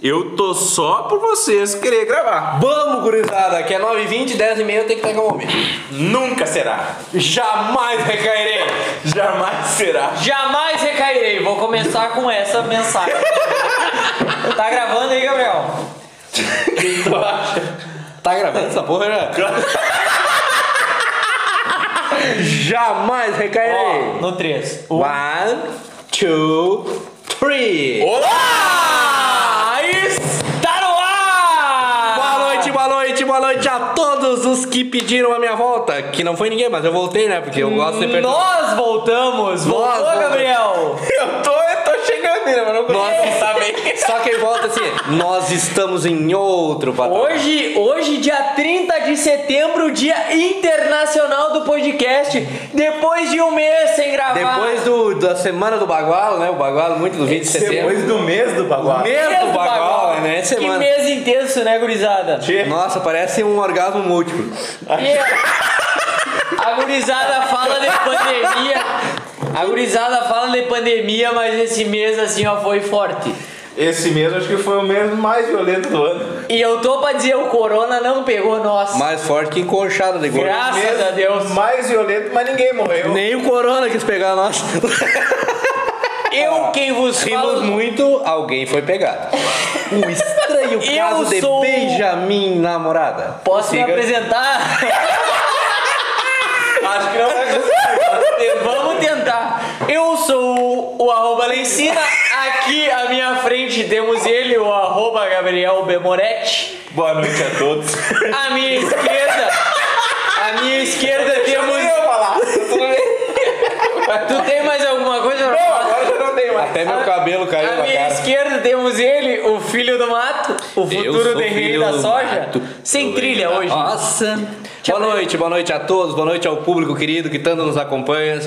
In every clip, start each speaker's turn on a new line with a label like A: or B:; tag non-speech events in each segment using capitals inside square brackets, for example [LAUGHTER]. A: Eu tô só por vocês querer gravar.
B: Vamos, gurizada, que é 9h20, 10h30 eu tenho que pegar um homem.
A: Nunca será.
B: Jamais recairei!
A: Jamais será.
C: Jamais recairei. Vou começar com essa mensagem. tá gravando aí, Gabriel?
B: Tá gravando essa porra já? Jamais
C: Ó,
B: recairei!
C: no 3.
B: One, two, three!
A: Olá!
C: Tá
A: Está no ar!
B: Boa noite, boa noite, boa noite a todos os que pediram a minha volta. Que não foi ninguém, mas eu voltei, né? Porque eu gosto de perder.
C: Nós voltamos! Voltou,
B: voltamos.
C: Gabriel!
A: Eu tô, eu tô chegando ainda, mas não
B: Nossa. tá
A: saber. [LAUGHS]
B: Só quem volta assim, nós estamos em outro patamar.
C: Hoje, hoje, dia 30 de setembro, dia internacional do podcast. Depois de um mês sem gravar.
B: Depois do, da semana do Bagualo, né? O Bagualo muito do 20 de
A: é
B: setembro.
D: Depois do mês do bagulho.
B: Mês do Bagualo,
C: Bagual.
B: né?
C: Que
B: Semana.
C: mês intenso, né, gurizada?
B: Nossa, parece um orgasmo múltiplo.
C: E a- A gurizada fala de pandemia. A gurizada fala de pandemia, mas esse mês assim ó foi forte.
D: Esse mês acho que foi o mês mais violento do ano.
C: E eu tô pra dizer, o corona não pegou nós.
B: Mais forte que encoxada de gordo.
C: Graças
D: Mês
C: a Deus.
D: Mais violento, mas ninguém morreu.
B: Nem o Corona quis pegar
A: [LAUGHS]
B: nós.
C: Eu quem vos
B: Rimos
C: falo.
B: muito, alguém foi pegado. O estranho
C: [LAUGHS] Eu
B: caso de
C: sou-
B: Benjamin namorada.
C: Posso me
B: Siga.
C: apresentar?
D: Acho que não vai
C: [LAUGHS] Vamos tentar. Eu sou o, o arroba Lencina. Aqui à minha frente temos ele, o arroba Gabriel Bemoretti.
D: Boa noite a todos.
C: À minha esquerda. À minha esquerda temos.
D: [LAUGHS] eu falar.
C: Tu tem mais alguma coisa pra falar?
D: Agora já não tem mais.
B: Até meu cabelo caiu
C: À
B: na
C: minha
B: cara.
C: esquerda temos ele, o filho do mato, o futuro
B: sou
C: guerreiro
B: filho
C: da
B: do
C: soja.
B: mato.
C: Sem trilha hoje.
B: Nossa. Boa noite, boa noite a todos, boa noite ao público querido que tanto nos acompanha.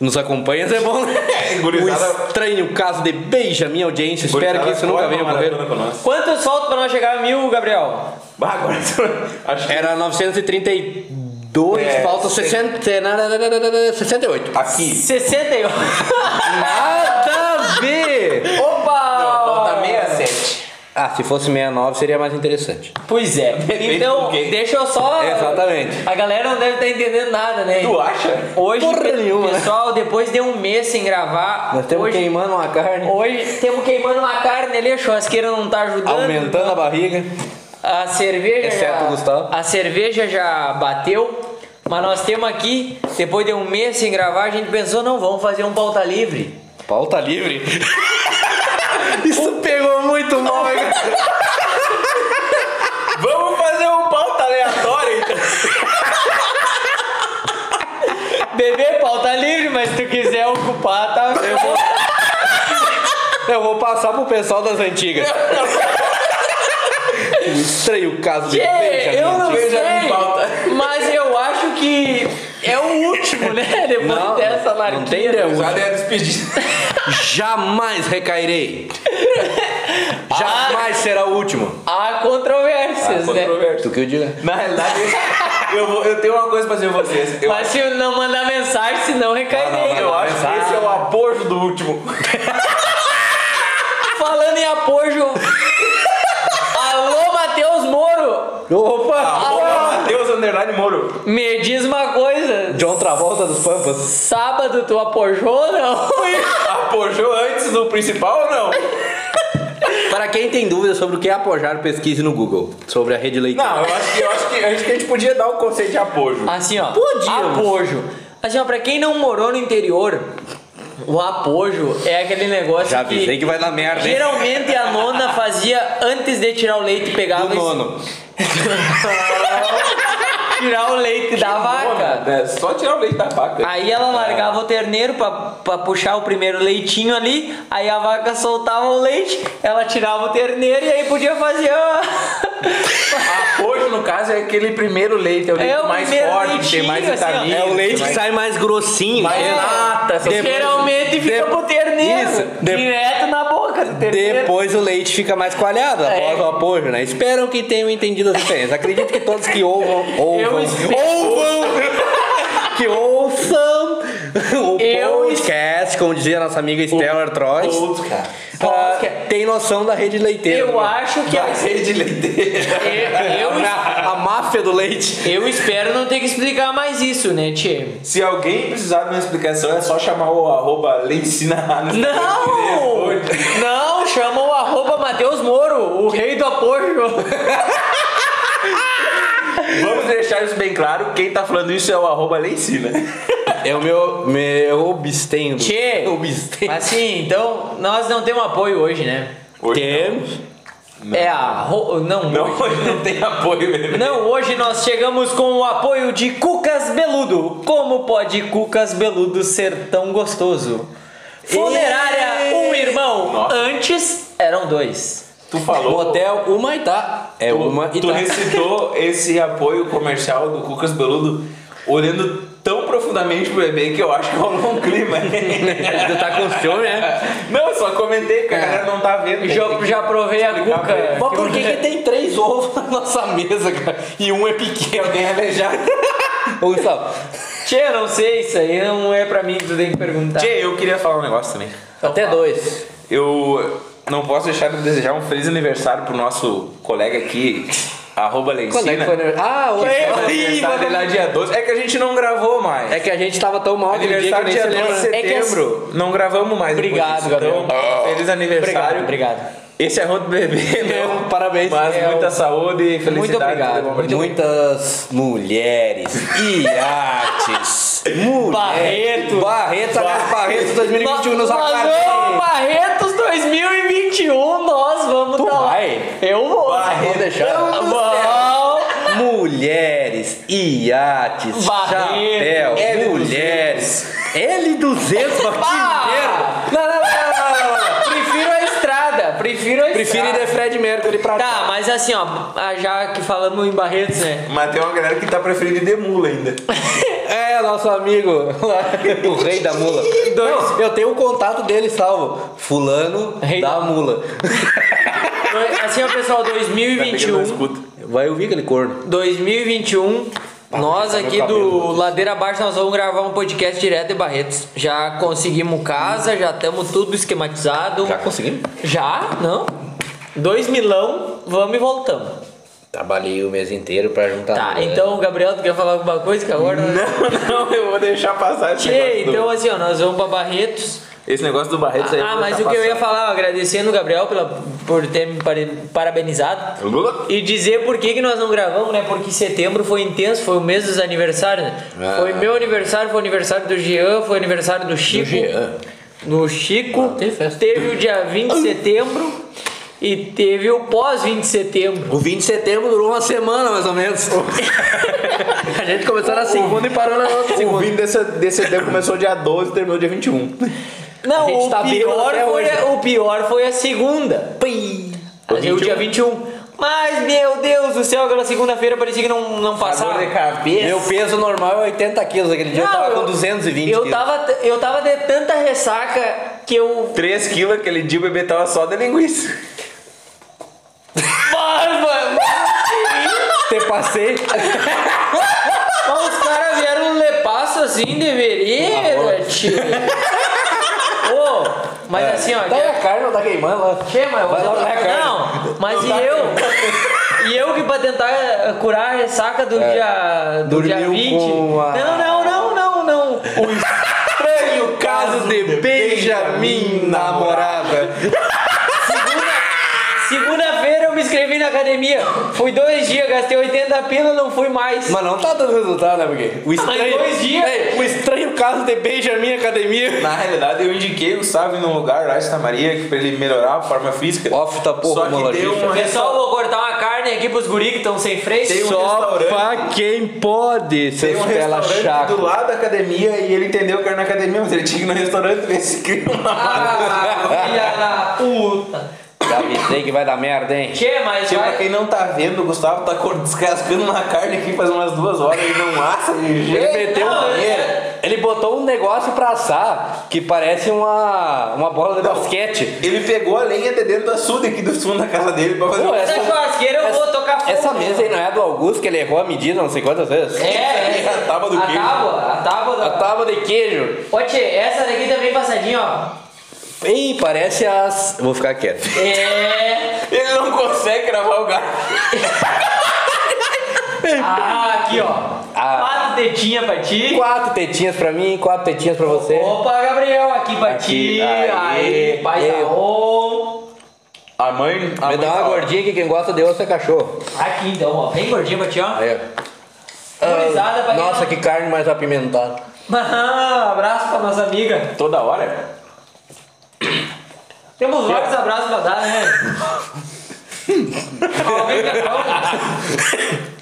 B: Nos acompanha é bom, né?
D: gurizada-
B: O estranho caso de Benjamin audiência. Espero que isso nunca venha a ocorrer.
D: Bah,
C: Quanto solto pra nós chegar a mil, Gabriel?
D: agora acho que
B: Era 932,
D: É,
B: falta 60, nada, Ah, 68.
D: aqui.
B: [LAUGHS]
C: 68.
B: Nada a ver!
C: Opa!
D: 67.
B: Ah, se fosse 69 seria mais interessante.
C: Pois é. Então,
D: por quê?
C: deixa eu só.
B: Exatamente.
C: A galera não deve estar entendendo nada, né?
D: Tu acha?
C: Hoje,
B: Porra
C: pe-
B: nenhuma, né?
C: pessoal, depois de um mês sem gravar,
B: Nós temos
C: hoje,
B: queimando uma carne,
C: hoje temos queimando uma carne ali, a churrasqueira não tá ajudando.
B: aumentando a barriga.
C: A cerveja.
B: Exceto
C: já,
B: o Gustavo.
C: A cerveja já bateu, mas nós temos aqui, depois de um mês sem gravar, a gente pensou, não, vamos fazer um pauta livre.
B: Pauta tá livre. [LAUGHS] Isso pegou muito mal. hein?
D: Vamos fazer um pauta aleatório então.
C: Bebê, pauta livre, mas se tu quiser ocupar, tá?
B: Eu vou, eu vou passar pro pessoal das antigas. O estranho caso de
C: É,
B: Benjamin.
C: eu não
B: Audiência.
C: sei,
D: pauta.
C: mas eu acho que é o último, né? Depois
B: Não, não
C: dessa
B: tem
C: largueira.
B: Deus.
D: Já deu despedida.
B: Jamais recairei. Jamais será o último.
C: Há controvérsias, né?
D: Controverso.
B: Tu que eu diga.
D: Na realidade, eu, vou- eu tenho uma coisa pra dizer pra vocês. Eu,
C: Mas se eu não mandar mensagem, senão recairei.
D: eu acho que esse é o apoio do último.
C: Falando em apoio. Alô, Matheus Moro!
B: Opa!
D: Arroba Matheus Underline Moro.
C: Me diz uma coisa.
B: John Travolta dos Pampas.
C: Sábado tu apojou ou não?
D: Apojou antes do principal ou não?
B: Para quem tem dúvidas sobre o que é apojar, pesquise no Google. Sobre a rede leiteira.
D: Não, eu acho que, eu acho que, eu acho que a gente podia dar o conceito de apoio.
C: Assim, ó.
B: Podíamos.
C: Apojo. Assim, ó, pra quem não morou no interior, o apojo é aquele negócio
B: Já
C: que.
B: avisei que vai dar merda, hein?
C: Geralmente a nona fazia antes de tirar o leite e pegava
B: Do
C: e
B: é nono.
C: tirar o leite da vaca.
A: né,
D: É só tirar o leite da vaca.
C: Aí ela largava o terneiro pra, pra puxar o primeiro leitinho ali, aí a vaca soltava o leite, ela tirava o terneiro e aí podia fazer a...
D: Apoio, no caso, é aquele primeiro leite, é o leite
C: o
D: mais
C: primeiro
D: forte, que tem
C: leitinho,
D: mais
C: assim, ó.
D: vitamina.
B: É o leite
D: tem
B: que
D: mais-
B: sai mais grossinho.
D: Mas-
B: É.
D: Exata, essas
B: Depois-
C: Geralmente
B: de-
C: fica pro terneiro,
B: Isso, de-
C: direto na boca do terneiro.
B: Depois o leite fica mais coalhado
C: É.
B: após o apoio, né? Espero que tenham entendido a diferença. Acredito que todos que
C: [LAUGHS]
B: ouvam, ouvam,
C: espero.
B: ouvam, que ouçam o
C: Eu
B: podcast como dizia a nossa amiga Estela Artroz,
A: Outro, cara.
D: [LAUGHS]
B: ah, tem noção da rede leiteira. [LAUGHS] né?
C: Eu acho que.
A: Da rede leiteira.
C: Eu, eu,
B: a máfia do leite.
C: eu espero não ter que explicar mais isso, né, Tchê?
A: Se alguém precisar de uma explicação, é só chamar o arroba Leicina no Instagram.
C: Não! Não, chama o arroba Matheus Moro, o rei do apoio. [LAUGHS]
A: Vamos deixar isso bem claro. Quem tá falando isso é o
D: [LAUGHS]
A: arroba Leicina.
B: É o meu. meu obstendo.
C: Tchê!
B: Obstendo.
C: Assim, então, nós não temos apoio hoje, né?
A: Hoje
B: Temos.
C: É a. ro- Não,
A: Não,
C: hoje.
A: hoje não tem apoio, bebê.
C: Não, hoje nós chegamos com o apoio de Cucas Beludo. Como pode Cucas Beludo ser tão gostoso? Funerária, um irmão.
A: Nossa.
C: Antes eram dois.
A: Tu falou.
B: Motel Humaitá. É
A: tu,
B: uma
A: tu
B: Itá.
A: recitou esse apoio comercial do Cucas Beludo olhando tão profundamente pro bebê que eu acho que rolou um clima.
B: [LAUGHS] Tu tá com ciúme, né?
A: não, eu só comentei porque a galera não tá vendo.
C: Já, já provei a
A: Explicar pra ele.
C: Cuca.
B: Mas por que, que tem três ovos na nossa mesa, cara? E um é pequeno.
A: Alguém aleijado.
B: Ô, Gustavo,
C: Tchê, não sei, isso aí não é pra mim, tu tem que perguntar.
A: Tchê, eu queria falar um negócio também.
B: até dois.
A: Eu não posso deixar de desejar um feliz aniversário pro nosso colega aqui, arroba
B: Quando é que
A: Lencina.
B: foi? né? Ah, hoje.
A: É,
B: ó.
A: aniversário dele lá dia 12. É que a gente não gravou mais.
B: É que a gente tava tão mal aquele dia que
A: Aniversário
B: nem se
A: dia
B: lembra.
A: 12 de
B: né?
C: É que assim-
A: setembro. Não gravamos mais. depois
C: Obrigado,
A: disso.
C: Gabriel.
A: Então, feliz aniversário.
C: Obrigado, obrigado.
A: Esse é Rodo Bebê,
B: Então,
A: não.
B: parabéns.
A: Mas
B: É,
A: muita saúde e felicidade.
C: Muito obrigado.
A: tudo bom pra ti.
B: Muitas mulheres, iates, mulheres.
C: Barreto.
B: Barreto, aliás, Barreto 2021 nos
C: Alô,
B: aguarda.
C: Barretos 2021, nós vamos
B: Tu
C: tá lá.
B: vai?
C: Eu vou.
B: Vamos deixar.
C: Vamos.
B: Mulheres, iates,
C: Barreto, é
B: chapéu, mulheres. L200 pra
C: Pá!
B: que merda? Não, não, não, não, não, não.
C: Prefiro a estrada, prefiro a
B: Prefiro ir de
C: estrada.
B: Fred Mercury pra cá.
C: Tá, mas assim, ó, ah, já que falamos em Barretos, né?
A: Mas tem uma galera que tá preferindo ir de mula ainda.
B: É, nosso amigo, lá, [LAUGHS] o rei da mula.
C: Dois.
B: Não, eu tenho o contato dele salvo. Fulano
C: Rei
B: da mula.
C: Doi- Assim, ó, pessoal,
A: Tá pegando uma
C: 2021.
A: escuta.
B: Vai ouvir aquele corno.
C: 2021. Nós
B: tá meu
C: aqui do
B: cabelo.
C: Ladeira Abaixo, nós vamos gravar um podcast direto de Barretos. Já conseguimos casa, já estamos tudo esquematizado.
B: Já conseguimos?
C: Já? Não? Dois milão, vamos e voltamos.
B: Trabalhei o mês inteiro pra juntar.
C: Tá,
B: grana.
C: então, Gabriel, tu quer falar alguma coisa que agora...
A: Não, não, eu vou deixar passar esse
C: Tchê,
A: negócio. do-
C: então assim, ó, nós vamos pra Barretos.
A: Esse negócio do Barreto aí.
C: Ah, mas o que eu ia falar, ó, agradecendo o Gabriel pela, por ter me pare- parabenizado.
A: falar.
C: E dizer por que, que nós não gravamos, né? Porque setembro foi intenso, foi o mês dos aniversários, né?
B: Ah.
C: Foi meu aniversário, foi o aniversário do Jean, foi o aniversário do Chico.
B: Jean.
C: Do Chico.
B: Ah, teve festa.
C: Teve o dia 20 de setembro e teve o pós 20 de setembro.
B: O 20 de setembro durou uma semana, mais ou [LAUGHS] menos. [LAUGHS] a gente começou na segunda e parou na outra
A: O
B: segunda.
A: vinho desse, desse tempo começou dia 12 e um. terminou dia 21.
C: Não,
B: A gente
C: o,
B: tá bêbado
C: pior
B: até
C: foi
B: hoje.
C: a, o pior foi a segunda. Pim.
A: Foi
C: Aí O dia 21. Mas, meu Deus do céu, aquela segunda-feira parecia que não, não passava.
A: cabeça.
B: Meu peso normal é 80 quilos. Aquele dia eu
C: Não,
B: tava com 220
C: eu
B: quilos.
C: tava, eu tava de tanta ressaca que eu.
A: 3 quilos aquele dia o bebê tava só de linguiça.
C: Barba!
B: Te passei.
C: Os caras vieram um lepaço assim de vereda,
B: [LAUGHS]
C: tio. Ô, mas assim, ó.
B: Tá aí a carne, não tá queimando lá.
C: Che, mas eu vou
B: Vai lá,
C: tentar-
B: vai, cara.
C: Não, mas e eu? E eu que pra tentar eh, curar a ressaca do dia. Do dia
B: É. Dormiu
C: 20.
B: com a-
C: Não, não, não, não, não.
B: Estranho caso de Benjamin, namorada.
C: Segunda-feira eu me inscrevi na academia. Fui dois dias, gastei 80 pila, não fui mais.
B: Mas não tá dando resultado, né? Porque o estranho,
C: dois dias.
B: Ei, o estranho caso de Benjamin Academia.
A: Na realidade, eu indiquei o Gustavo num lugar lá em Santa Maria pra ele melhorar a forma física.
B: Off tá porra,
A: Só que tem um,
C: Pessoal,
A: resta-
C: vou cortar uma carne aqui pros guri que estão sem freio.
A: Tem um
B: Só
A: restaurante.
B: pra quem pode,
A: tem
B: seus
A: um
B: pela
A: restaurante
B: chaco.
A: do lado da academia e ele entendeu que era na academia, mas ele tinha que ir no restaurante ver se cria [LAUGHS] uma...
C: Ah, filha da puta.
B: Já avisei que vai dar merda, hein?
C: Que, mas
A: Tipo, pra
C: vai...
A: quem não tá vendo, o Gustavo tá cor- descascando uma carne aqui faz umas duas horas e não assa de
B: Ele
A: jeito.
B: meteu
C: não,
B: um-
C: é-
B: Ele botou um negócio pra assar que parece uma, uma bola de
A: Não.
B: basquete.
A: Ele pegou a lenha de dentro do açude aqui do fundo da casa dele pra fazer
B: Pô,
A: um
C: essa churrasqueira eu vou tocar fogo.
B: Essa mesa aí não é a do Augusto, que ele errou a medida não sei quantas vezes?
C: É, é,
A: a tábua do
C: a
A: queijo.
C: Tábua, a tábua da...
B: A tábua de queijo.
C: Ô, tchê, essa daqui também passadinha, ó.
B: Ih, parece as. Vou ficar quieto. [LAUGHS]
C: É.
A: Ele não consegue gravar o garfo.
C: Ah, aqui, ó.
B: Ah.
C: Quatro tetinhas pra ti.
B: Quatro tetinhas pra mim, quatro tetinhas pra você.
C: Opa, Gabriel, aqui pra
B: Aqui,
C: ti.
B: aê,
C: Aê, pai
B: aê.
C: tá on.
A: A mãe. A
B: Me
A: mãe
B: dá uma
A: fala.
B: gordinha que quem gosta de osso é cachorro.
C: Aqui então, ó. Bem gordinho pra ti, ó. [LAUGHS]
B: Aí, ó. Ah,
C: Gurizada, pra quem
B: nossa,
C: não-
B: que carne mais
A: [COUGHS]
B: apimentada.
C: Ah, abraço pra nossa amiga.
A: Toda hora?
C: Temos vários abraços pra dar,
B: [LAUGHS]
C: né? Alguém tá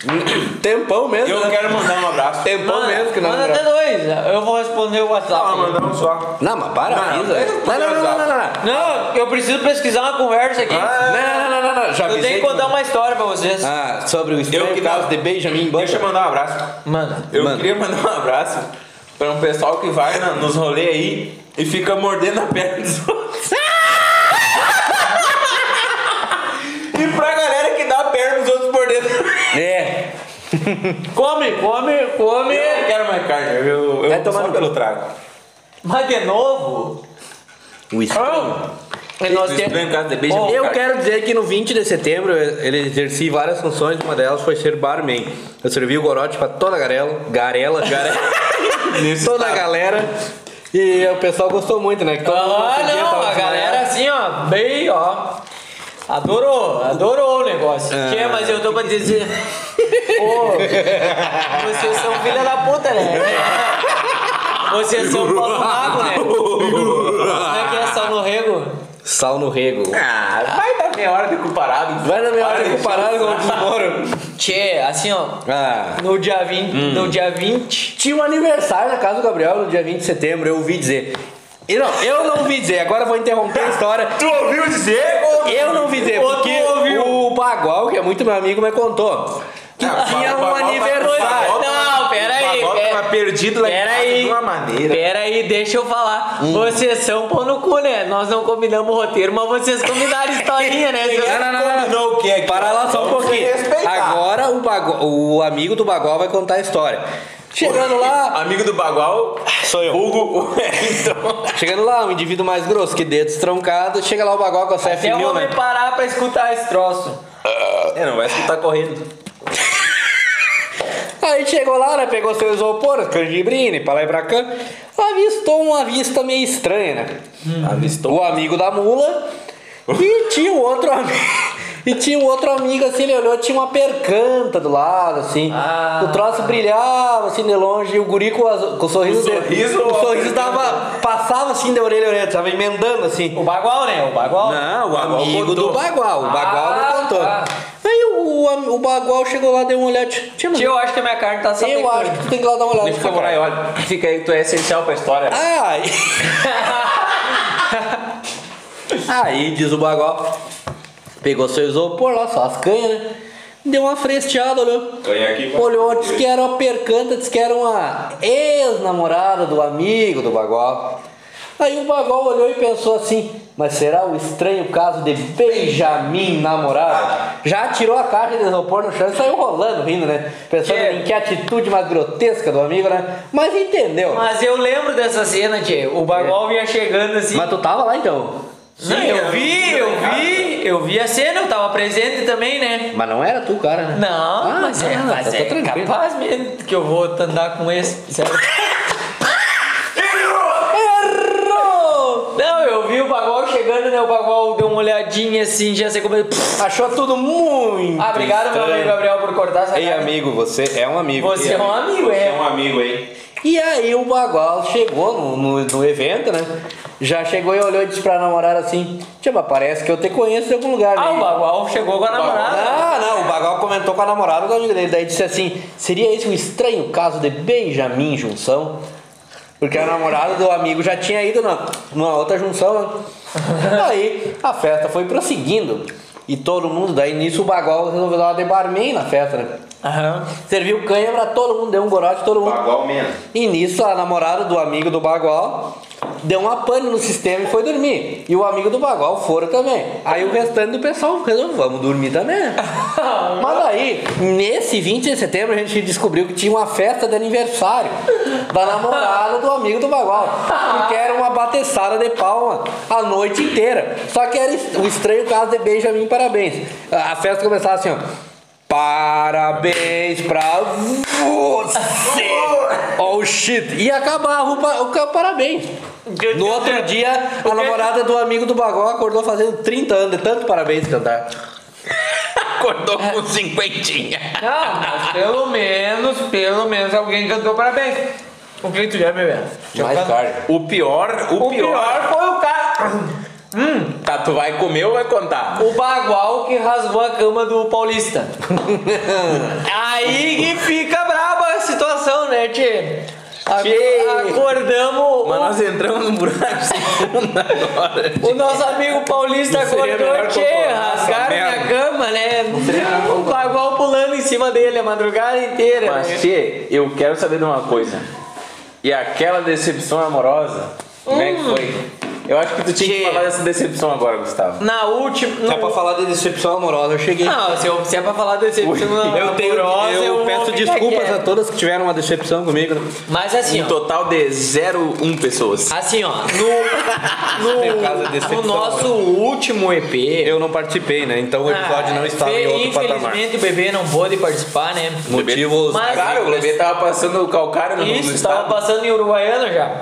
C: pronto?
B: Tempão mesmo,
A: Eu
B: né?
A: quero mandar um abraço.
B: Tempão mesmo que não
C: manda até dois. Eu vou responder o WhatsApp.
A: Ah, mandar um só.
B: Não, mas para,
A: Não,
B: avisa.
A: eu não tô
B: Não, não, não, não, não, não.
C: Não, eu preciso pesquisar uma conversa aqui.
B: Ah, Não, não, não, não, não. Já
C: eu
B: Tá avisei
C: tenho que contar uma história pra vocês.
B: Ah, sobre o
A: Eu
B: estranho
A: que
B: caso
A: não.
B: de Benjamin Button.
A: Deixa eu mandar um abraço.
C: Mano.
A: Eu
B: Manda.
A: queria mandar um abraço pra um pessoal que vai na- nos rolês aí e fica mordendo a perna dos outros. [LAUGHS] e pra galera que dá a perna dos outros mordendo.
B: É.
C: Come, come, come.
A: Eu não quero mais carne, eu, eu
B: Vai
A: vou
B: tomar
A: só
B: no
A: pelo trago.
C: Mas
B: é
C: de novo?
B: O estranho.
C: Ah. E nós
A: Do
C: te-
A: estranho caso de é
B: Bom,
A: Benjamin
B: eu
A: Button.
B: quero dizer que no 20 de setembro ele exerci várias funções, uma delas foi ser barman. Eu servi o gorote pra toda a garela, garela, [LAUGHS]
A: Nesse
B: toda a
A: estado.
B: galera. E o pessoal gostou muito, né? Que todo mundo
C: Ah,
B: conseguia,
C: não,
B: tava
C: a galera
B: desmaiado.
C: assim, ó, bem, ó. Adorou, adorou o negócio.
B: Ah.
C: Tchê, mas eu tô
B: [LAUGHS]
C: pra dizer. Ô, vocês são filha da puta, né? Vocês são pau no rabo, né? Como é que é sal no rego?
B: Sal no rego.
A: Ah, vai dar minha hora de comparado.
B: Vai na minha hora de comparado com o desmoro.
C: Tchê, assim, ó.
B: Ah.
C: No dia 20. No dia 20.
B: Tinha um aniversário na casa do Gabriel no dia 20 de setembro, eu ouvi dizer. E não, eu não ouvi dizer, agora eu vou interromper a história.
A: Tu ouviu dizer? ou-
B: Eu não ouvi dizer,
C: Ou tu
B: porque
C: ouviu?
B: o Bagual, que é muito meu amigo, me contou. Que
A: Ah,
B: tinha
A: Bagual
B: um
A: tá-
B: aniversário.
A: Bagual
C: Não, peraí.
A: Uma bola
C: pera-
A: tava perdida lá em
C: pera
A: casa
C: aí.
A: de uma maneira. Hum.
C: Pera aí, deixa eu falar. Vocês são pão no cu, né? Nós não combinamos o roteiro, mas vocês combinaram historinha,
A: [LAUGHS]
C: né?
B: Não, não, não, não,
A: Combinou o quê aqui?
B: Para lá só um
A: Vamos
B: pouquinho.
A: respeitar.
B: Agora o, Bagual- o amigo do Bagual vai contar a história. Chegando lá,
A: Amigo do Bagual,
B: Sou eu.
A: Hugo Wellington.
B: chegando lá, um indivíduo mais grosso, que dedo estroncado, chega lá o Bagual com a
C: Até eu
B: CF1000,
C: vou me
B: né?
C: parar pra escutar esse troço.
A: É, não vai escutar correndo.
B: Aí chegou lá, né? Pegou seu isopor, canjibrine, pra lá e pra cá. Avistou uma vista meio estranha, né?
A: Avistou.
B: O amigo da mula. E tinha um outro amigo. [LAUGHS] E tinha um outro amigo, assim, ele olhou, tinha uma percanta do lado, assim.
C: Ah.
B: O troço brilhava, assim, de longe. E o guri com, as- com o sorriso...
A: O sorriso
B: o
A: ou a
B: sorriso
A: percanta?
B: dava, passava, assim, da orelha a orelha. Tava emendando, assim.
C: O bagual, né? O bagual.
B: Não, o
A: Bagual
B: amigo
A: contou.
B: do Bagual. O Bagual
C: Ah,
B: não contou.
C: tá.
B: Aí o, o, am- o Bagual chegou lá, deu uma olhada. Tinha,
C: Tio, eu acho que a minha carne tá sabendo.
B: eu acho que tu tem que ir lá dar uma olhada.
A: Deixa eu falar, olha. Fica aí, tu é essencial pra história.
B: Ai! Aí diz o Bagual. Pegou seu isopor lá, só as canhas, né? Deu uma fresteada, olhou.
A: Ganhei aqui, vai.
B: Olhou, disse que é. era uma percanta, disse que era uma ex-namorada do amigo do Bagual. Aí o Bagual olhou e pensou assim, mas será o estranho caso de Benjamin namorado? Já tirou a caixa de isopor no chão e saiu rolando, rindo, né? Pensando
C: Que-
B: em que atitude mais grotesca do amigo, né? Mas entendeu.
C: Mas eu lembro dessa cena, tio. O bagual vinha chegando assim.
B: Mas tu tava lá então?
C: não,
A: É. Sim,
C: eu
A: eu
C: vi,
A: vi,
C: eu
A: tá
C: vi. Eu vi a cena, eu tava presente também, né?
B: Mas não era tu, cara, né?
C: Não,
B: Ah,
C: mas é,
B: não,
C: mas
B: eu tô
C: é
B: tranquilo.
C: capaz mesmo que eu vou andar com esse. Sério. Errou! Não, eu vi o Bagual chegando, né? O Bagual deu uma olhadinha assim, já sei como ele.
B: Achou tudo muito.
C: Ah, obrigado, meu amigo Gabriel, por cortar essa
B: Ei,
C: cara.
B: amigo, você é um amigo.
C: Você
B: Ei,
C: é um amigo,
A: É
C: é.
A: um amigo aí.
B: E aí o Bagual chegou no, no- no evento, né? Já chegou e olhou e disse pra namorada assim: Tia, mas parece que eu te conheço de algum lugar,
C: Ah, o
B: né?
C: Bagual chegou com a namorada.
B: Não, Ah, não, o Bagual comentou com a namorada do amigo dele. Daí disse assim: seria esse um estranho caso de Benjamin Junção? Porque a namorada do amigo já tinha ido na, numa outra junção, né? Aí a festa foi prosseguindo. E todo mundo, daí nisso o Bagual resolveu dar uma de barman na festa, né?
C: Aham.
B: Serviu canha pra todo mundo, deu um gorote todo mundo.
A: Bagual mesmo.
B: E nisso a namorada do amigo do Bagual deu uma pane no sistema e foi dormir. E o amigo do Bagual foram também. Aí o restante do pessoal resolveu, vamos dormir também. né? Mas aí, nesse 20 de setembro, a gente descobriu que tinha uma festa de aniversário da namorada do amigo do Bagual. Porque era uma bateçada de palma a noite inteira. Só que era o estranho caso de Benjamin, parabéns. A festa começava assim, ó. Parabéns pra você! Oh shit! E acabava o, pa- o ca- parabéns. No outro dia, a namorada do amigo do Bagó acordou fazendo 30 anos de tanto parabéns
C: [LAUGHS]
B: cantar.
D: Acordou com cinquentinha.
C: Não, mas pelo menos, pelo menos alguém cantou parabéns. O que tu já bebeu?
B: Mais tarde.
A: O pior, o,
C: O pior foi o cara.
A: Tá, tu vai comer ou vai contar?
C: O bagual que rasgou a cama do paulista. Aí que fica braba a situação, né, Tchê? Aco-
A: Tchê.
C: Acordamos.
A: Mas
C: o-
A: nós entramos no buraco sem fundo agora.
C: O nosso amigo paulista
A: Não seria
C: acordou,
A: melhor
C: tchê,
A: contornar essa
C: rasgaram minha
A: merda?
C: cama, né? O bagual pulando em cima dele a madrugada inteira. né?
A: Mas, Tchê, eu quero saber de uma coisa. E aquela decepção amorosa, como é que foi? Eu acho que tu tinha que
C: Tchê.
A: falar dessa decepção agora, Gustavo.
C: Na última.
B: Se é pra falar de decepção amorosa, eu cheguei.
C: Não, se, eu, se é pra falar decepção
B: eu tenho,
C: amorosa, é
B: eu,
C: vou
B: peço
C: ficar
B: desculpas
C: quieto.
B: a todas que tiveram uma decepção comigo.
C: Mas assim,
A: Um
C: ó,
A: total de 01 pessoas.
C: assim, ó, [LAUGHS] no,
B: Meu caso é
C: no,
B: decepção,
C: no nosso último EP.
B: Eu não participei, né? Então o episódio não estava em outro patamar.
C: Ah, Infelizmente o bebê não pôde participar, né?
B: Motivos.
C: Mas-
A: Claro, o bebê tava passando o calcário no no
C: Isso,
A: estado.
C: tava passando em Uruguaiana já.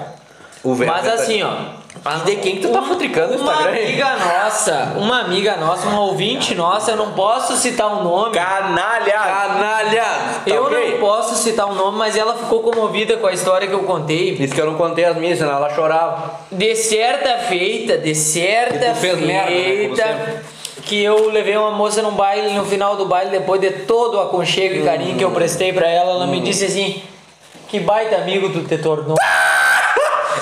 B: O tá velho
A: é
C: Mas
B: detalhe.
C: assim, ó. E de quem
B: tu tá futricando no Instagram,
C: Uma
B: hein?
C: amiga nossa, uma amiga nossa, uma ouvinte nossa, eu não posso citar o nome.
A: Canalha!
B: Canalha! tá
C: eu
B: ok?
C: não posso citar o nome, mas ela ficou comovida com a história que eu contei.
B: Isso que eu não contei as minhas, senão ela chorava.
C: De certa feita, de certa
B: E tu fez merda, né, como
C: feita, que eu levei uma moça num baile, e no final do baile, depois de todo o aconchego e carinho que eu prestei pra ela, ela
B: Hum.
C: me disse assim: Que baita amigo tu te tornou.
B: [LAUGHS]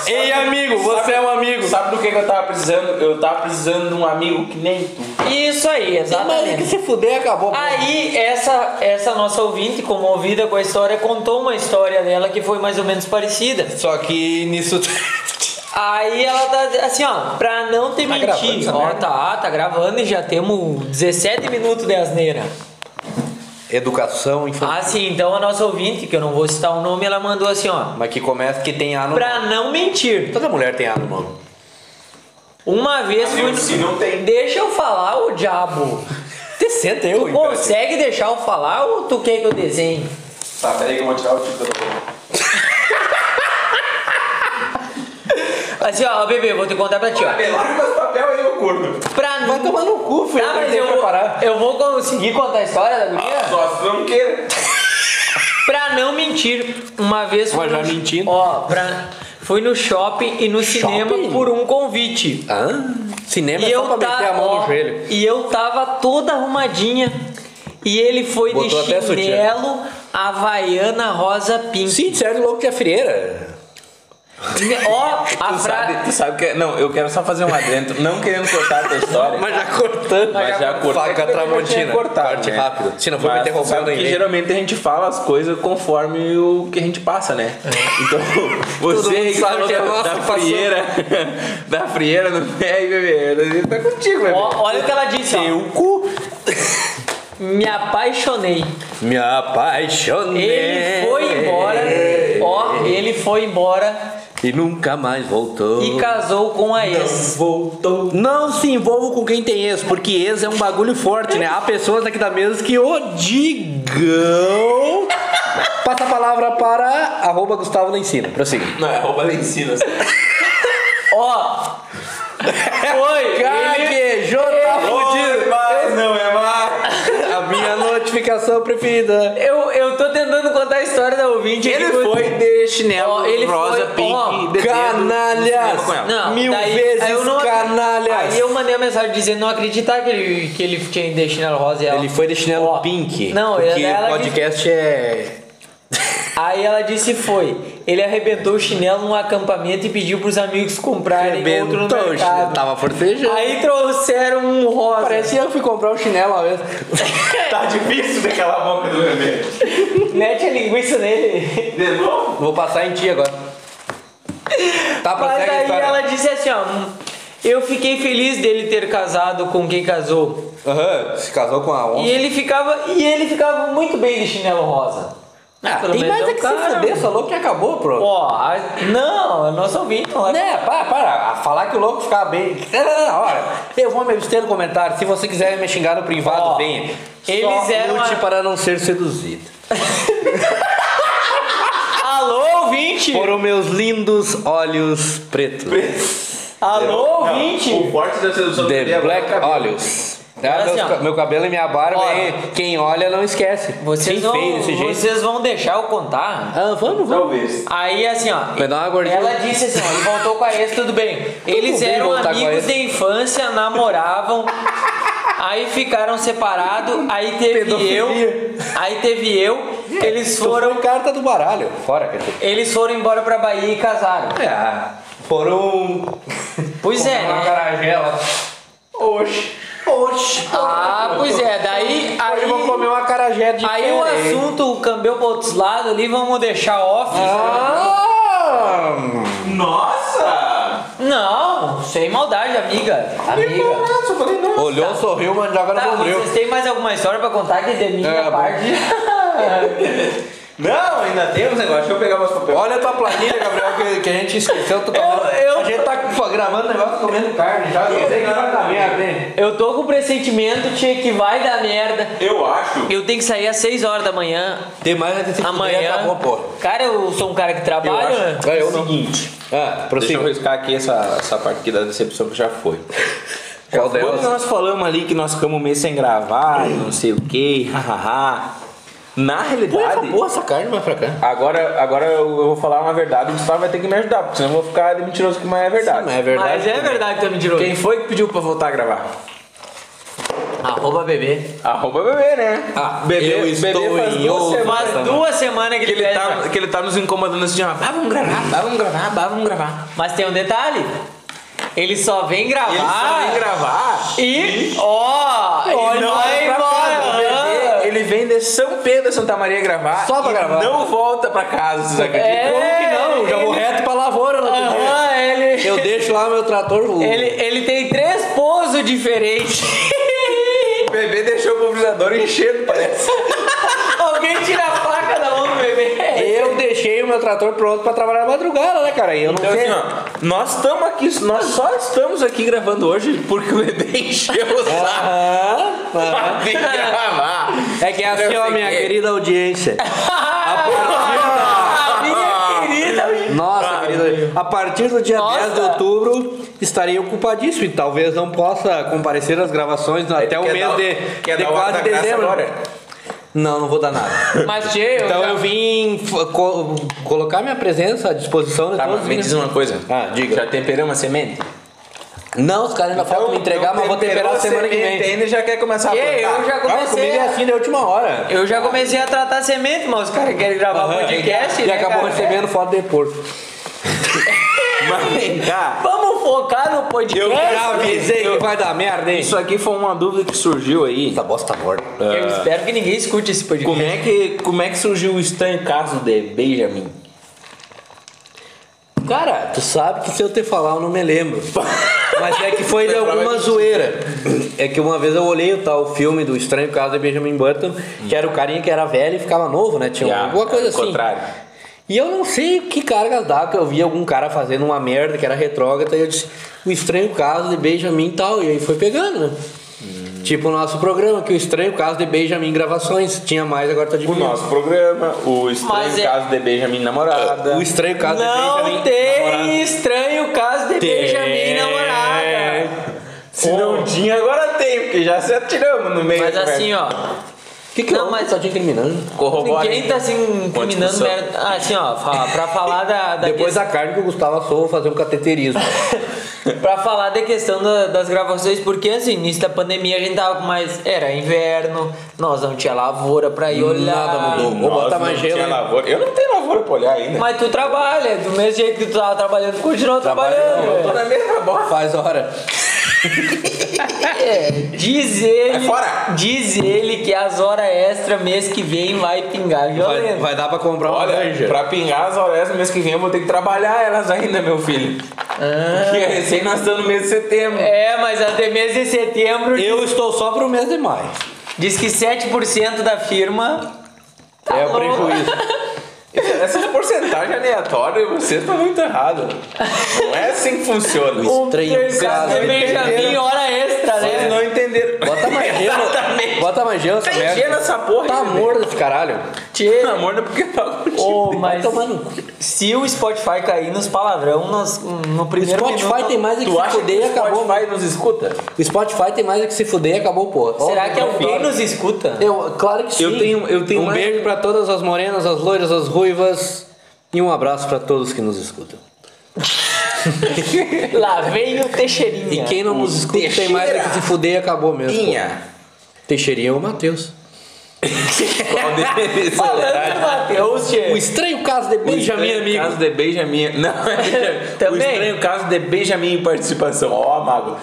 B: Ei, amigo, você é um amigo.
A: Sabe do que, que eu tava precisando? Eu tava precisando de um amigo que nem tu.
C: Isso aí,
B: Mas é que
C: exatamente.
B: se fuder, acabou.
C: Aí, essa, essa nossa ouvinte, comovida com a história, contou uma história dela que foi mais ou menos parecida.
B: Só que nisso. [LAUGHS]
C: Aí ela tá assim, ó, pra não te
B: gravando
C: mentir,
B: essa
C: ó,
B: merda?
C: tá, tá gravando e já temos 17 minutos de asneira.
B: Educação infantil.
C: Assim, então a nossa ouvinte, que eu não vou citar o nome, ela mandou assim, ó,
B: Mas que começa que tem ano.
C: pra não mentir.
B: Toda mulher tem ano, mano.
C: Uma vez
A: Amigo, se não tem.
C: Deixa eu falar, ô diabo.
B: Você senta eu,
C: Tu consegue deixar eu falar ou tu quer que eu desenhe?
A: Tá, peraí que eu vou tirar o título do
C: Assim, ó, bebê, vou te contar pra ti,
B: Tá
C: ó.
A: Larga meus papel aí, meu corno.
C: Pra
B: Vai tomar no cu, filho.
C: Tá,
B: Vai
C: mas
B: ter
C: eu,
B: que preparar.
C: eu vou Ah, conseguir contar a história da guria?
A: Só se tu não queira.
C: Pra não mentir, uma vez fui
B: Mas já
C: no-
B: mentindo.
C: Ó, pra... fui no shopping e no
B: Shopping?
C: cinema por um convite.
B: Ah, cinema
C: e
B: é só
C: eu tá,
B: pra meter
C: tava
B: a mão no joelho.
C: E eu tava toda arrumadinha. E ele foi
B: Botou até
C: de
B: sutiã.
C: chinelo, havaiana, rosa, pink.
B: Sim, sério, louco é de afrieira. [LAUGHS]
C: Ó, a
A: Tu sabe,
C: frase.
A: tu sabe que. é- Não, eu quero só fazer um adentro. Não querendo cortar a tua história.
B: Mas já cortando.
A: Mas já cortei.
B: Faca tramontina.
A: Cortado,
B: Corte
A: né?
B: rápido. Se não for, vai ter
A: Mas
B: roubado
A: sabe que
B: ninguém.
A: geralmente a gente fala as coisas conforme o que a gente passa, né? [LAUGHS] Então,
B: Todo
A: você
B: mundo
A: aí que é
B: sabe
A: falou
B: que a
A: da,
B: nossa
A: da
B: passou.
A: frieira, [LAUGHS] da frieira no pé, aí, bebê, tá contigo, bebê.
C: Ó, olha o que ela disse, ó.
B: Teu cu.
C: Me apaixonei.
B: Me apaixonei.
C: Ele foi embora. Ó, ele foi embora
B: E nunca mais voltou.
C: e casou com a ex.
A: Voltou.
B: Não se envolva com quem tem ex, porque ex é um bagulho forte, né? Há pessoas aqui da mesa que odigam. Passa a palavra para arroba Gustavo lá em cima. Prossiga.
A: Não, é rouba [LAUGHS] ensina.
C: Ó. Foi. Ele... é
B: Gaguejou, tá fudido.
A: mas não é mais.
B: A minha notificação preferida.
C: Eu, eu tô tentando contar a história da ouvinte.
A: Ele
C: aqui,
A: foi de chinelo,
C: Ó, ele
A: rosa,
C: foi-
A: pink,
C: ó,
A: de dedo,
B: canalhas.
A: com ela.
C: Não,
B: Mil
C: daí-
B: vezes
C: aí eu não-
B: canalhas.
C: Aí eu mandei uma mensagem dizendo não acreditar que ele, que ele tinha de chinelo rosa e ela.
B: Ele foi de chinelo
C: Ó,
B: pink.
C: Não,
A: é
B: porque
C: ela,
B: o
C: ela disse,
B: podcast é.
C: aí ela disse foi. Ele arrebentou o chinelo num acampamento e pediu pros amigos comprarem outro no
B: Rebentou,
C: mercado.
B: Tava forcejando.
C: Aí trouxeram um rosa.
B: Parece que eu fui comprar um chinelo uma vez.
A: Tá difícil daquela boca do bebê.
C: Mete a linguiça nele.
A: De novo?
B: Vou passar em ti agora. Tá,
C: Mas
B: prossegue a
C: aí
B: história.
C: ela disse assim, ó. "Hum, Eu fiquei feliz dele ter casado com quem casou.
B: Aham, se casou com a
C: E
B: onça.
C: ele ficava. E ele ficava muito bem de chinelo rosa.
B: Ah,
C: Pelo
B: tem
C: menos
B: mais
C: é
B: é
C: um
B: que
C: cara,
B: se fuder, só louco que acabou, pô.
C: Ó, a- não, eu não sou ouvinte, não é.
B: Né, para, para. A Falar que o louco ficava bem. Não, não, não, olha. Eu vou me abster no comentário. Se você quiser me xingar no privado,
C: Ó,
B: venha.
C: eles
B: Só
C: eram
B: lute
C: a-
B: para não ser seduzido.
C: Alô, ouvinte!
B: Foram meus lindos olhos pretos.
C: Alô,
A: Não,
C: ouvinte!
A: O forte da sedução do
B: The
A: Bia
B: Black
A: agora é o cabelo.
B: Olhos.
C: Agora
B: Ah, meus
C: assim, ó.
B: ca- meu cabelo e minha barba,
C: Olha.
B: hein? quem olha não esquece.
C: Vocês
B: Quem feio
C: vão,
B: desse jeito.
C: vocês vão deixar eu contar?
B: Ah, vamos, vamos.
A: Talvez.
C: Aí assim, ó.
B: Vai dar uma gordinha.
C: Ela disse assim, ó, ele voltou com a ex, tudo bem. Eles
B: bem
C: eram
B: voltar com a
C: amigos
B: ex.
C: de infância, namoravam. aí ficaram separados, aí teve
B: Pedofilia.
C: eu. Aí teve eu. Eles foram,
B: Foram carta do baralho. Fora, quer dizer.
C: eles foram embora pra Bahia e casaram.
B: Ah, foram.
C: Pois é,
B: Uma
C: né?
B: carajela. Oxe. Oxe.
C: Ah, pois é, daí.
B: Hoje eu vou
C: Aí,
B: comer uma carajé de
C: aí o assunto o cambiou pro outro lado ali, vamos deixar off.
B: Ah!
A: Nossa!
C: Não, sem maldade, amiga. Amiga.
B: Olhou, sorriu, mas joga no
C: Tá,
B: bombril.
C: vocês têm mais alguma história pra contar que de minha
B: É, bom.
C: parte? [LAUGHS]
A: Não, ainda tem uns negócios. Deixa eu pegar meus papéis.
B: Olha a tua planilha, Gabriel, que, que a gente esqueceu. Tu tá
C: Eu- eu-
B: A gente tá co- gravando negócio comendo carne já. Eu sei que vai dar merda, hein?
C: eu tô com pressentimento, tia, que vai dar merda.
A: Eu acho.
C: Eu tenho que sair às 6 horas da manhã.
B: Tem mais antes de
C: Amanhã.
B: acabou, pô.
C: Cara, eu sou um cara que
A: Eu acho.
C: trabalha.
B: Ah, eu não.
A: Seguinte.
B: Ah,
A: Deixa eu
B: prossiga.
A: riscar aqui essa, essa parte aqui da decepção que já foi.
B: [LAUGHS] Qual
A: Quando
B: delas?
A: nós falamos ali que nós ficamos um mês sem gravar, e não sei o que, hahaha. Na
B: Põe
A: realidade,
B: essa porra, essa carne mais pra cá.
A: agora, agora eu eu vou falar uma verdade, o Gustavo vai ter que me ajudar, porque senão eu vou ficar de mentiroso que não é verdade.
B: Não é verdade.
C: Mas é verdade que tu me tirou.
A: Quem foi que pediu pra voltar a gravar?
C: Arroba bebê.
A: Arroba bebê, né?
B: Ah,
A: bebê,
B: eu estou
A: bebê faz
B: em
A: duas
B: outra
A: semanas
C: Faz duas semanas que
A: que
C: ele,
A: ele,
C: pede,
A: tá,
C: cara.
A: que ele tá nos incomodando assim, ó. Ah,
C: um
A: vamos gravar, bah, vamos gravar, bah, vamos gravar.
C: Mas tem um detalhe. Ele só vem gravar.
B: Ah!
A: Ele só vem gravar.
C: E ó,
B: Olha,
C: ele vai
B: é pra né?
C: embora.
B: casa,
C: Ah.
A: Ele vem de São Pedro, Santa Maria gravar.
B: Só pra
A: e
B: gravar.
A: Não volta pra casa, vocês acreditam?
B: Como
C: É,
B: que não? Eu já vou
C: ele-
B: reto pra lavoura no outro dia.
C: Aham, ele.
B: Eu deixo lá meu trator. o-
C: Ele, ele tem três pousos diferentes. [LAUGHS]
A: O bebê deixou o pulverizador enchendo, parece.
C: Alguém tira a faca da mão do bebê.
B: Eu deixei o meu trator pronto pra trabalhar na madrugada, né, cara? E eu não
A: Então,
B: sei.
A: assim, ó, nós estamos aqui, nós só estamos aqui gravando hoje porque o bebê [LAUGHS] encheu
B: É.
A: o saco
B: Aham, aham.
A: pra vir gravar.
B: É que é assim, ó, minha querida audiência.
A: [LAUGHS]
C: Ah,
B: [LAUGHS]
C: minha querida.
B: Nossa, querida. A partir do dia
C: Nossa.
B: 10 de outubro estarei ocupadíssimo e talvez não possa comparecer às gravações até o
A: quer
B: É um mês
A: dar-
B: de,
A: quer
B: de
A: dar o ar
B: quase
A: da graça
B: dezembro.
A: agora?
B: Não, não vou dar
A: [LAUGHS]
B: nada.
C: Mas cheio.
B: Então eu vim f- co- colocar minha presença à disposição de
A: Tá,
B: todos.
A: mas me
B: né?
A: diz uma coisa.
B: Ah, diga.
A: Já temperamos a semente? Então,
B: Não, os caras ainda faltam me entregar, mas vou temperar
A: temperou
B: semana que
A: semente
B: vem.
A: Ainda e já quer começar
C: Que
A: a plantar.
C: eu já
B: Ah, comigo
C: comecei.
B: é
C: a-
B: assim da última hora.
C: Eu já comecei a tratar semente, mas os caras querem gravar
B: Aham.
C: podcast.
B: E
C: né,
B: acabou
C: cara?
B: recebendo foto de porco.
A: Mas vem cá.
C: Vamos focar no podcast.
A: Eu
B: Já avisei que vai dar merda, hein?
A: Isso aqui foi uma dúvida que surgiu aí.
B: Essa bosta tá morta.
C: Eu espero que ninguém escute esse podcast.
A: Como é que, como é que surgiu o Stan Caso de Benjamin?
B: Cara, tu sabe que se eu te falar eu não me lembro. Mas é que foi de alguma zoeira. É que uma vez eu olhei o tal filme do Estranho Caso de Benjamin Button, que era o carinha que era velho e ficava novo, né? Tinha
A: Yeah,
B: alguma coisa
A: era o
B: assim.
A: contrário.
B: E eu não sei que cargas d'água que eu vi algum cara fazendo uma merda que era retrógrada e eu disse, o Estranho Caso de Benjamin e tal. E aí foi pegando, né? Tipo o nosso programa, que o Estranho Caso de Benjamin Gravações. Tinha mais, agora tá
A: O
B: diminuindo.
A: nosso programa, o
C: Mas
A: Estranho
C: é-
A: Caso de Benjamin Namorada.
B: O Estranho Caso de Benjamin
C: Não tem
B: Namorado.
C: estranho caso de Benjamin namorada.
A: Se não tinha, agora tem, porque já se atiramos no meio.
C: Mas
A: da conversa.
C: assim, ó,
B: O que é? que
C: Não,
B: eu
C: mas-
B: só te incriminando?
A: Corrobora,
C: ninguém
A: hein?
C: tá se
A: Boa
C: incriminando
A: discussão.
C: merda. Ah, Assim, ó, fa- pra falar da, da
B: Depois da carne que o Gustavo assou, vou fazer um cateterismo.
C: Pra falar da questão da- das gravações, porque assim, início da pandemia a gente tava com mais. Era inverno, nós não tinha lavoura pra ir olhar.
B: Nada mudou. Vou
A: Nós
B: botar
A: não
B: mais gelo,
A: tinha
B: hein?
A: lavoura. Eu não tenho lavoura pra olhar ainda.
C: Mas tu trabalha, do mesmo jeito que tu tava trabalhando, tu continua
B: Trabalho
C: trabalhando.
B: não,
C: velho.
A: na mesma bosta.
B: Faz hora.
C: É, diz ele.
A: fora!
C: Diz ele que as horas extra mês que vem vai pingar
B: Vai,
C: violento.
B: vai dar pra comprar uma
A: Olha,
B: laranja.
A: pra pingar as horas no mês que vem eu vou ter que trabalhar elas ainda, meu filho. Porque recém nós estamos no mês de setembro.
C: É, mas até mês de setembro
B: Eu estou só pro mês de maio.
C: diz que 7% da firma. tá
B: é o
C: louco.
B: prejuízo.
A: Essas porcentagens aleatórias, vocês estão muito errados. Não é assim que funciona.
B: Um Estranho
C: Caso
B: caso. né?
C: também já vem hora extra,
A: Vocês
C: né?
A: não entenderam.
B: Bota [LAUGHS] mais gelo.
A: Exatamente.
B: Bota mais gelo essa
A: Tá enchendo
B: merda.
A: essa porra.
B: Tá
A: aí,
B: morto esse caralho.
C: Tchê.
A: [LAUGHS] Pelo amor de porque tá
C: Ô, mas
B: tomar no cu.
C: se o Spotify cair nos palavrão, nós, no
B: O
C: primeiro
B: Spotify
C: minuto,
B: tem mais é que
A: Tu
B: se
A: acha que
B: fuder e
A: o
B: acabou. né?
A: Spotify nos escuta?
B: O Spotify tem mais é que se fuder e acabou, porra.
C: Será que
B: é o
C: alguém nos
A: [LAUGHS]
C: escuta?
B: Eu, claro que sim.
A: Eu tenho- eu tenho
B: um
A: mais-
B: beijo pra todas as morenas, as loiras, as ruivas. E um abraço pra todos que nos escutam.
C: Lá vem o
B: E
C: Teixeirinha.
B: quem não nos escuta tem mais é que se fuder e acabou mesmo. porra. Teixeirinha é o Matheus.
A: [LAUGHS] Qual deles?
C: Falando do Matheus, tchê.
B: O estranho caso de Benjamin,
A: estranho
B: amigo.
A: caso de Benjamin. [LAUGHS] Não, é Benjamin.
C: Também.
A: O estranho caso de Benjamin em participação. Ó, mago.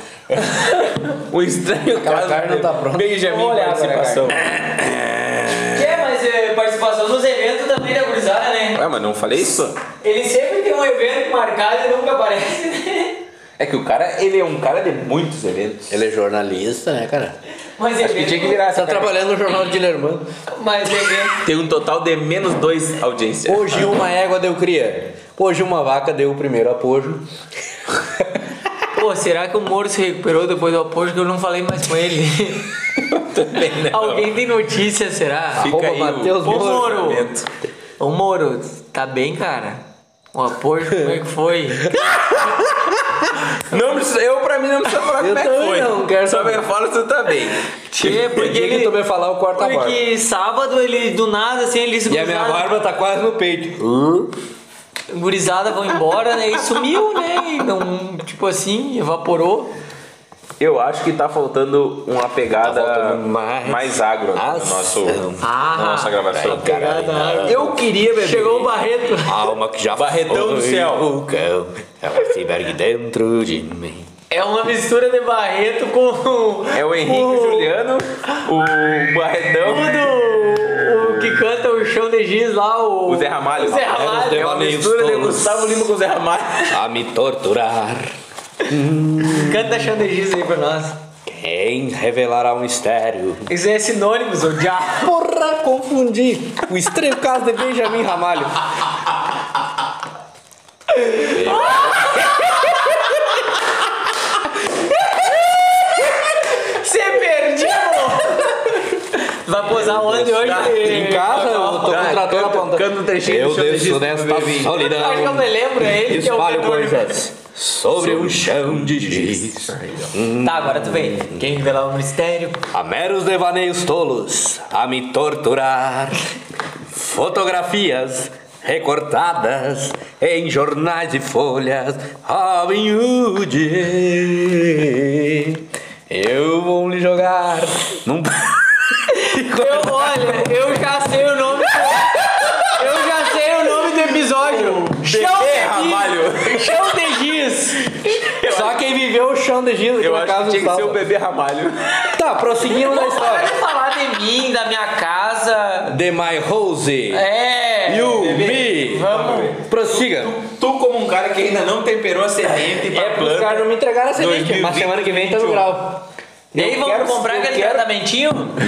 A: [LAUGHS] o estranho
B: Aquela
A: caso
B: carne
A: de
B: não tá pronta.
A: Benjamin
C: Vou
A: em
C: olhar agora,
A: participação.
C: É, mas é, participação nos eventos também da gurizada, né?
A: Ué, mas não falei isso?
C: Ele sempre tem um evento marcado e nunca aparece, né?
A: É que o cara, ele é um cara de muitos eventos.
B: Ele é jornalista, né, cara?
C: Mas
A: Acho que
C: evento,
A: tinha que virar
B: Tá
A: essa cara.
B: trabalhando no jornal de Dilermano.
C: Mas é evento...
A: Tem um total de menos dois audiência. [LAUGHS]
B: Hoje uma égua deu cria. Hoje uma vaca deu o primeiro apojo.
C: Pô, será que o Moro se recuperou depois do apoio que eu não falei mais com [LAUGHS] ele?
A: Também, né?
C: Alguém tem notícia, será?
A: Fica
B: Arroba
A: aí o-
B: Matheus
A: o
C: Ô Moro!
A: questionamento.
C: Ô Moro, tá bem, cara? O apoio, como é que
A: [LAUGHS]
C: foi?
A: Não precisa, eu pra mim não precisa falar
B: Eu
A: como é que
B: também
A: foi.
B: não quero
A: Só
B: saber.
A: me fala se tu tá bem.
C: Tchê,
A: [LAUGHS]
C: porque
B: Tem que
C: ele.
B: também falar o
A: Tá
B: quarto barba.
C: Porque é sábado ele do nada, assim, eles
B: E a minha barba tá quase no peito. Uh.
C: gurizada vão embora, né? E sumiu, né? E não, tipo assim, evaporou.
A: Eu acho que tá faltando uma pegada
B: Tá faltando mais- tá
A: mais, agro no
B: Ação.
A: nosso,
C: Ah,
A: na nossa gravação. né?
C: Caralho.
A: Eu queria, bebê.
C: Chegou o [LAUGHS] Barreto.
B: Alma que já
A: Barretão
B: foi
A: do céu.
B: vulcão, é um iceberg dentro de mim.
C: É uma mistura de Barreto com.
A: É o Henrique
B: Oh.
C: com-
A: o Juliano, o Barretão.
C: Tudo o que canta o chão de giz lá, o.
A: O Zé Ramalho.
C: O Zé
B: Apenas
C: Ramalho.
A: É uma
B: Devaneios
A: mistura de
B: tolos.
A: Gustavo Lima com o Zé Ramalho.
B: A me torturar,
C: Canta chão de giz aí pra nós.
B: quem revelará um mistério?
C: Isso é sinônimos, o diabo.
B: Porra, confundi! O estranho caso de Benjamin Ramalho.
C: Você perdeu! Vai posar onde hoje?
B: tá
C: Tá.
B: Em casa, eu tô com o trator na ponta.
A: Tocando Ah, um trechinho
B: Eu
A: do Chão de
B: desço
A: Giz,
B: desta
A: bebê.
C: Eu acho que eu
B: solidão.
C: me lembro, é ele que é o
B: Espalho
C: Pedro.
B: coisas sobre o chão de giz.
C: Tá, agora tu vem. Quem revelar o mistério?
B: A meros devaneios tolos, a me torturar. Fotografias recortadas em jornais e folhas. Robin Hood. Eu vou lhe jogar num.
C: Eu, olha, eu já sei o nome. do- Eu já sei o nome do episódio. Chão
B: [LAUGHS]
A: Bebê
C: de
A: [LAUGHS] Ramalho.
C: giz. Chão de giz.
B: Só quem viveu o chão de gelo,
A: Eu acho que tinha que ser o bebê Ramalho.
B: Tá, prosseguindo
A: [LAUGHS]
B: na
C: Para
B: história.
C: de falar de mim, da minha casa.
B: The My Rose.
C: É.
B: You, me.
C: Vamos.
B: Prossiga.
A: Tu, como um cara que ainda não temperou a tá semente pra
B: É, os caras não me entregaram a semente, mas semana que vem tá no
A: 2021.
B: grau.
C: E aí,
A: Eu
C: vamos
A: quero-
C: comprar
A: eu
C: aquele
A: quero-
C: tratamentinho? Não. [LAUGHS]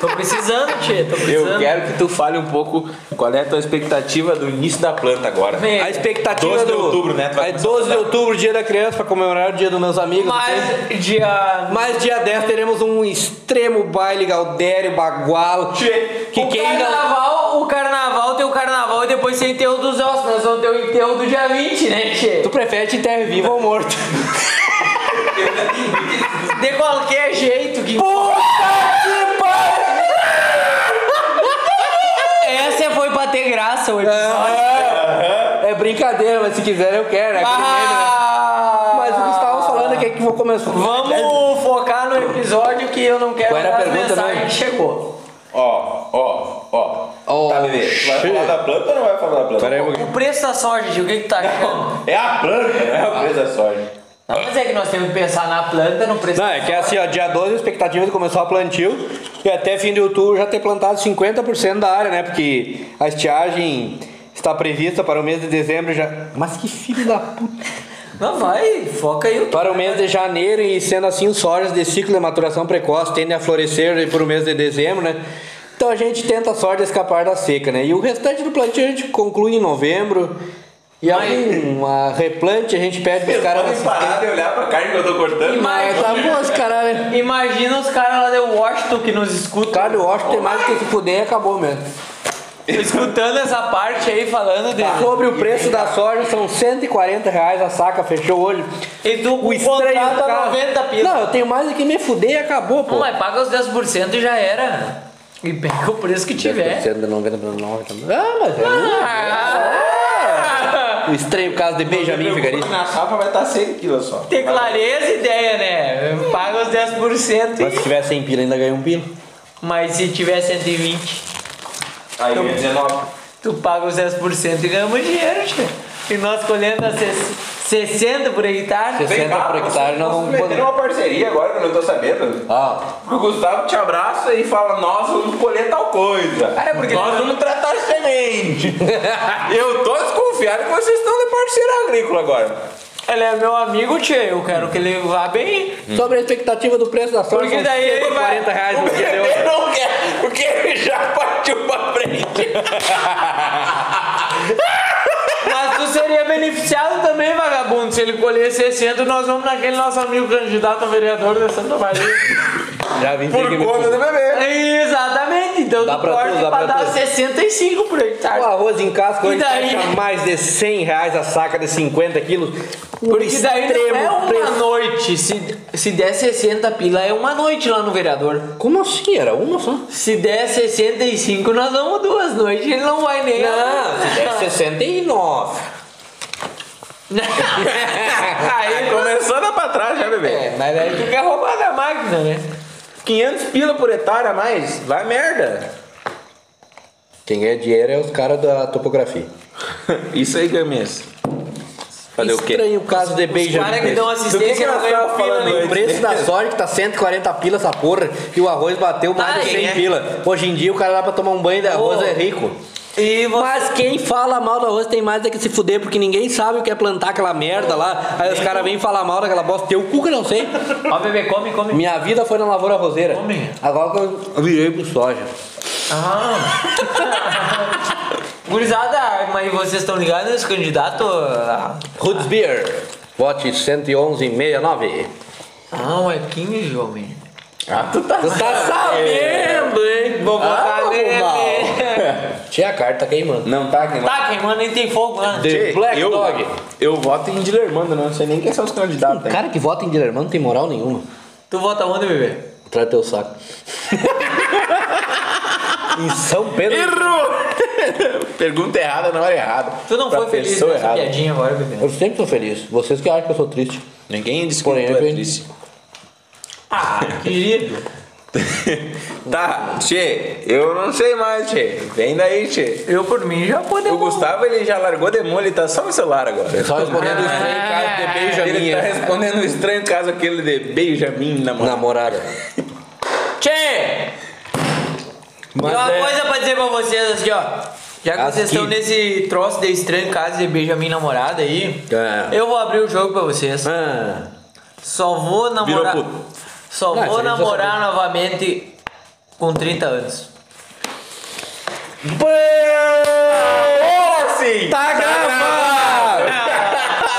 C: tô precisando, tia. Tô precisando.
A: Eu quero que tu fale um pouco qual é a tua expectativa do início da planta agora.
C: Vem.
B: A expectativa
A: 12
B: do...
A: de outubro, né? Tu vai
B: É 12 de outubro, dia da criança, pra comemorar o dia dos meus amigos. não sei.
C: Mas dia.
B: Mas dia 10 teremos um extremo baile Gaudério, Bagualo. Que
C: o
B: quem engan-
C: carnaval, o carnaval tem o carnaval e depois tem o enterro dos ossos. Nós vamos ter o enterro do dia 20, né, Tchê?
B: Tu prefere te enterrar vivo ou morto?
C: De qualquer jeito que. Essa foi pra ter graça
B: Ah,
C: o episódio.
B: É brincadeira, mas se quiser eu quero. É primeiro, né?
C: Ah,
B: Mas o que estava falando é que é que vou começar.
C: Vamos focar no episódio que eu não quero
B: Qual era a
C: dar as
B: pergunta
C: mensagens
B: mesmo?
C: que chegou.
E: Ó, ó, ó.
A: Oh,
B: Ó,
E: tá, bebê, tu vai
B: che-
E: falar da planta ou não vai falar da planta?
B: Pera aí, um pouquinho.
C: O preço da soja, Gil, o que que tá achando?
E: É a planta, não é o preço da soja.
C: Mas é que nós temos que pensar na planta, no preço
B: Não,
C: da
B: é que assim, ó, dia 12 a expectativa de começar o plantio e até fim de outubro já ter plantado 50% da área, né? Porque a estiagem está prevista para o mês de dezembro já. Mas que filho da puta!
C: Não, vai, foca aí. o-
B: Para o mês de janeiro e sendo assim, os sojas de ciclo de maturação precoce tendem a florescer por o mês de dezembro, né? Então a gente tenta a sorte de escapar da seca, né? E o restante do plantio a gente conclui em novembro. E alguma replante a gente pede para os caras.
A: Podem parar de olhar pra carne que eu tô cortando.
B: Mas tá
C: Imagina,
B: bom, os caralho.
C: imagina os caras lá de Washington que nos escutam.
B: Cara, eu acho que tem mais do que se fuder e acabou mesmo.
C: Escutando essa parte aí falando de.
B: Sobre o preço da soja, são 140 reais a saca, fechou o olho.
C: E tu
B: O
C: o
B: estranho
C: contrato a
B: cara-
C: 90 pila.
B: Não, eu tenho mais do que me fuder e acabou,
C: Não,
B: pô.
C: mas paga os 10% e já era. E pega o preço que tiver.
B: 10% de 90 pra 9 também. Ah, mas é
C: Ah,
B: muito. O estranho caso de Benjamin Figarista.
E: Na safra vai estar 100 quilos só.
C: Tem clareza a ideia, né? Paga os 10%.
B: Mas se
C: E...
B: tiver 100 pila, ainda ganha um pila.
C: Mas se tiver 120,
E: Aí ganha 19.
C: tu paga os 10% e ganha muito dinheiro, tio. E nós colhendo a 60 por tá? hectare.
B: 60 por hectare, nós
E: Nós
B: vamos
E: metendo
B: poder.
E: uma parceria agora que eu não tô sabendo.
B: Ah,
E: Porque o Gustavo te abraça e fala, nós vamos colher tal coisa.
A: Cara, porque
E: nós vamos tratar semente. eu tô desconfiado que vocês estão de parceiro agrícola agora.
C: Ele é meu amigo, tio. Eu quero que ele vá bem.
B: Hum. sobre a expectativa do preço da soja,
C: Porque
B: são
C: daí ele vai-
B: 140 reais é no dia de hoje.
E: Eu não quero, porque ele já partiu pra frente.
C: Mas tu seria beneficiado também, vagabundo. Se ele colher 60, nós vamos naquele nosso amigo candidato a vereador de Santa Maria. É,
B: Já vim
E: Por conta do bebê.
C: Exatamente, então
B: Dá
C: tu
B: pra
C: corta
B: tudo, dá
C: pra
B: pra
C: dar
B: tudo.
C: 65 por hectare.
B: O arroz em casca
C: E
B: hoje
C: daí?
B: custa mais de 100 reais a saca de 50 quilos. Um
C: Porque daí
B: extremo um
C: não é uma
B: preço.
C: noite. Se, se der 60 pila, é uma noite lá no vereador.
B: Como assim? Era uma só?
C: Se der 65, nós vamos duas noites. Ele não vai nem.
B: Não, se der 69.
C: [LAUGHS] Aí
A: Começando a pra trás já, bebê.
C: É, mas daí tu quer roubar da máquina, né?
A: 500 pila por hectare a mais? Vai
E: [LAUGHS]
A: merda.
B: Quem ganha dinheiro é os caras da topografia.
A: Isso aí, Gamias. Fazer o quê?
B: Estranho o caso de Benjamin.
C: Cara que dão
A: que que
C: assistência não
A: nós
C: ganham
A: tava
C: pila
A: falando
B: O
C: nenhuma.
A: antes?
B: preço da soja que tá 140 pila essa porra e o arroz bateu mais
C: Ah,
B: de 100
C: é.
B: pila. Hoje em dia o cara dá pra tomar um banho de arroz
C: Pô.
B: é rico.
C: E você
B: Mas quem fala mal do arroz tem mais é que se fuder, porque ninguém sabe o que é plantar aquela merda lá. Aí os caras vêm falar mal daquela bosta. Teu cu que eu não sei.
C: Ó, bebê, come, come.
B: Minha vida foi na lavoura roseira.
C: Homem.
B: Agora que eu virei pro soja.
C: Ah. [LAUGHS] Gurizada, mas vocês estão ligados nesse candidato? a-
B: Roots Beer. Vote 11169.
C: Ah, o Equinho, jovem.
E: Ah,
C: É.
B: Tu tá sabendo, hein? Vou
C: Ah, bebê.
B: Tinha a carta queimando.
E: Não tá aqui, não.
C: Tá, queimando nem tem fogo lá.
B: The
E: Tchê,
B: Black
E: eu,
B: Dog.
E: Eu voto em Dilermando, não sei nem quem são os candidatos. aí.
B: Cara que vota em Dilerman não tem moral nenhuma.
C: Tu vota onde, bebê?
B: Traz teu saco. em São Pedro.
E: Errou! [LAUGHS] Pergunta errada na hora errada.
C: Tu não
E: Pra
C: foi feliz
E: pessoa
C: nessa
E: errada.
C: piadinha agora, bebê.
B: Eu sempre sou feliz. Vocês que acham que eu sou triste.
E: Ninguém disse que
B: Porém,
E: tu é
B: eu perdi.
E: triste. [LAUGHS]
C: Ah, querido.
E: Tá, Tchê, eu não sei mais, Tchê. Vem daí, Tchê.
C: Eu por mim já
E: O
C: podemos.
E: Gustavo, ele já largou de mão, ele tá só no celular agora.
B: Só respondendo o estranho caso de
E: Ele tá
B: Benjamin. né?
E: respondendo um estranho caso aquele de Benjamin na mão.
B: Namorada.
C: Tchê! Tem uma coisa pra dizer pra vocês assim, ó. Já que
B: é- As
C: vocês
B: que-
C: estão nesse troço de estranho caso de Benjamin namorada aí,
B: É.
C: eu vou abrir o jogo pra vocês.
B: Ah,
C: Só vou namorar.
E: Virou puto.
C: Só
B: Não, isso
C: vou
B: aí eu já
C: namorar novamente com 30 anos.
B: Tá gravado!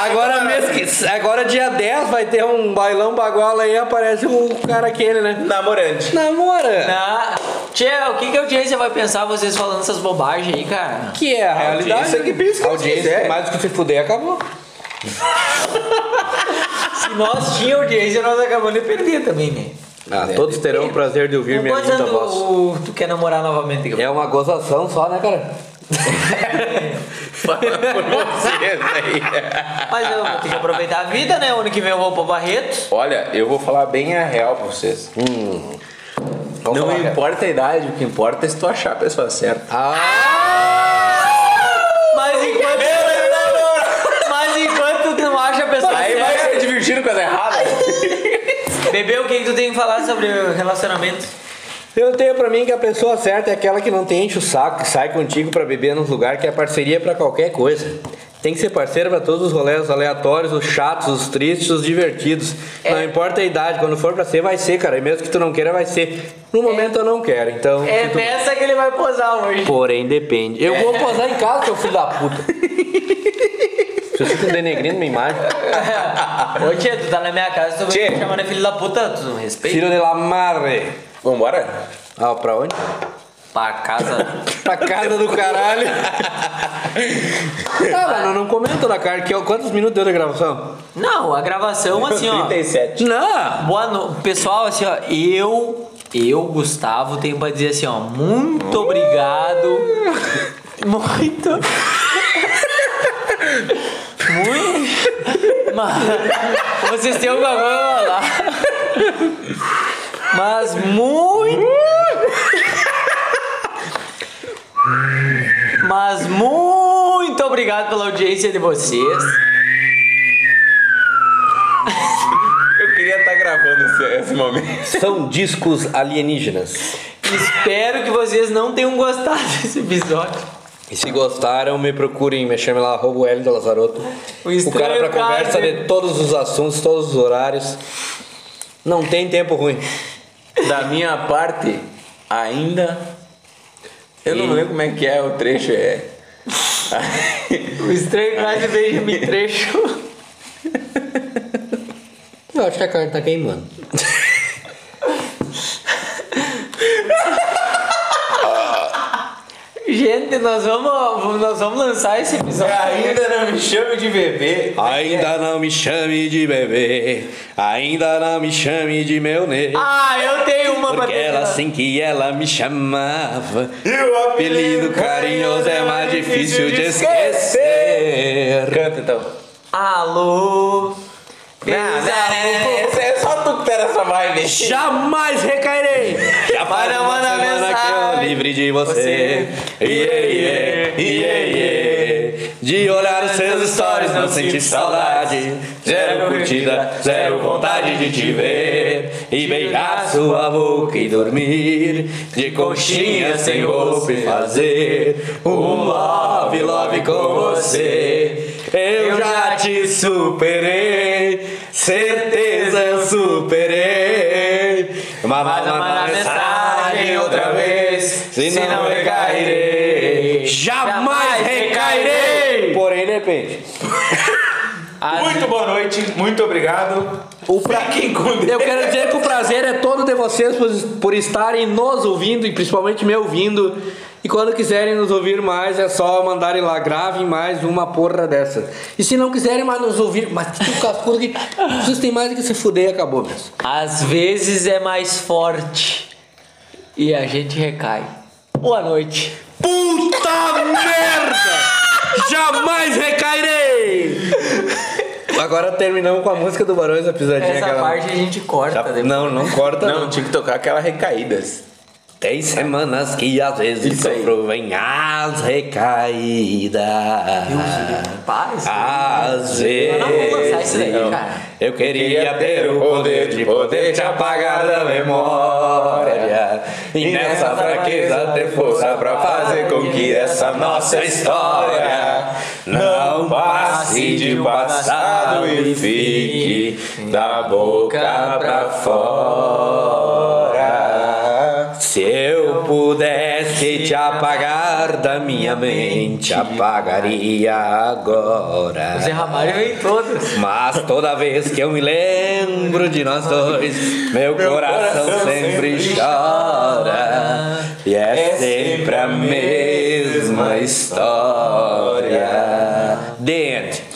B: Agora, mês que- agora dia 10 vai ter um bailão baguala aí aparece o cara aquele, né?
E: Namorante.
B: Namora!
C: Ah, tchê, o que, que a audiência vai pensar vocês falando essas bobagens aí, cara?
B: Que é a realidade.
E: audiência que pisca,
B: A audiência
E: se quiser.
B: que mais do que se fuder acabou.
C: Se nós tínhamos audiência, nós acabamos de perder também, né?
E: É.
B: Ah,
E: [LAUGHS]
B: todos terão o prazer de ouvir
C: Com
B: minha
C: quantos
B: linda
C: anos
B: voz.
C: o- tu quer namorar novamente? Gabriel?
B: É uma gozação só, né, cara?
C: Mas eu vou ter que aproveitar a vida, né? Ano que vem eu vou pra Barretos.
E: Olha, eu vou falar bem a real pra vocês.
B: Hum. Vamos
E: Não
B: falar, cara.
E: importa a idade, o que importa é se tu achar a pessoa certa.
B: Ah,
C: Mas enquanto. Mas enquanto tu não acha a pessoa
E: Aí vai
C: certa.
E: se divertindo com as erradas.
C: Bebê, o que, que tu tem que falar sobre o relacionamento?
B: Eu tenho pra mim que a pessoa certa é aquela que não te enche o saco, que sai contigo pra beber num lugar que é parceria pra qualquer coisa. Tem que ser parceiro pra todos os rolês os aleatórios, os chatos, os tristes, os divertidos. Não importa a idade, quando for pra ser, vai ser, cara. E mesmo que tu não queira, vai ser. No momento eu não quero, então. É.
C: É
B: se tu-
C: nessa que ele vai posar hoje.
B: Porém, depende. Eu vou posar em casa, seu filho da [LAUGHS] puta. Vocês ficam um denegrindo minha imagem.
C: [LAUGHS] Ô tia, tu tá na minha casa, tu vai
E: Tia.
C: me chamando de filho da puta, tu não respeita?
B: Tiro de la madre.
E: Vambora?
B: Ah, pra onde?
C: Pra casa.
B: Pra casa do caralho. Ah, mas não, não comenta na cara que eu- quantos minutos deu da gravação?
C: Não, a gravação assim, ó.
E: 37.
B: Não!
C: Boa noite. Pessoal, assim, ó, eu, eu, Gustavo, tenho pra dizer assim, ó, muito obrigado. Muito. muito. Mas, vocês têm alguma coisa pra falar. Mas muito. Mas muito obrigado pela audiência de vocês.
E: Eu queria estar gravando esse, esse momento.
B: São discos alienígenas.
C: Espero que vocês não tenham gostado desse episódio.
B: E se gostaram, me procurem, me chamem lá, arroba o L do Lazaroto.
C: O
B: O é cara pra
C: estranho
B: conversa
C: caso.
B: de todos os assuntos, todos os horários. Não tem tempo ruim.
E: Da minha parte, ainda. Eu não lembro como é que é o trecho. É.
C: O estranho caso de Benjamin Trecho.
B: Eu acho que a carne tá queimando.
C: Gente, nós vamos, nós vamos lançar esse episódio.
E: Ainda não me chame de bebê.
B: Ainda não me chame de bebê, ainda não me chame de meu nego.
C: Ah, eu tenho uma
B: Porque
C: bateria.
B: ela assim que ela me chamava.
E: E o
B: Apelido carinhoso é mais difícil de esquecer.
E: Canta então.
C: Alô.
E: Não, não, não, não, É só tu que tá nessa vibe.
B: Jamais recairei. Já
C: Para,
B: para uma
C: manda
B: semana é que eu
C: mensagem.
B: livre de você. Iê, iê, iê, iê. De olhar os seus stories, não sentir saudade. Zero curtida, zero vontade de te ver. E beijar sua boca e dormir. De conchinha sem golpe fazer. Um love, love com você. Eu já te superei. Certeza eu superei. Mas
C: Manda uma mensagem outra
B: vez. Se não recairei. Jamais recairei. Porém, depende.
E: Muito boa noite, muito obrigado.
B: O pra...
E: Fiquem com Deus.
B: Eu quero dizer que o prazer é todo de vocês por, por estarem nos ouvindo e principalmente me ouvindo. E quando quiserem nos ouvir mais, é só mandarem lá, gravem mais uma porra dessa. E se não quiserem mais nos ouvir, mas que cascudo que vocês têm mais do que se fuder e acabou mesmo.
C: Às vezes é mais forte e a gente recai. Boa noite.
B: Puta merda! Jamais recairei! Agora terminamos com a música do Barões, a pisadinha
C: Essa
B: aquela.
C: parte a gente corta. depois.
B: Não, não corta não.
E: Não, tinha que tocar aquela recaídas.
B: Tem semanas que às vezes
E: Isso aí.
B: sofrem as recaídas.
C: Ah, Paz.
A: Ah.
B: Às
C: Eu não vou lançar isso
B: vezes.
C: daí, cara.
B: Eu queria ter o poder de poder te apagar da memória. E nessa fraqueza ter força pra fazer com que essa nossa história não passe de um passado e fique da boca pra fora. Se eu pudesse te apagar da minha mente, apagaria agora.
C: O Zé Ramalho vem todo.
B: Mas toda vez que eu me lembro de nós dois, meu, coração, sempre chora. E é, sempre a mesma história. The end.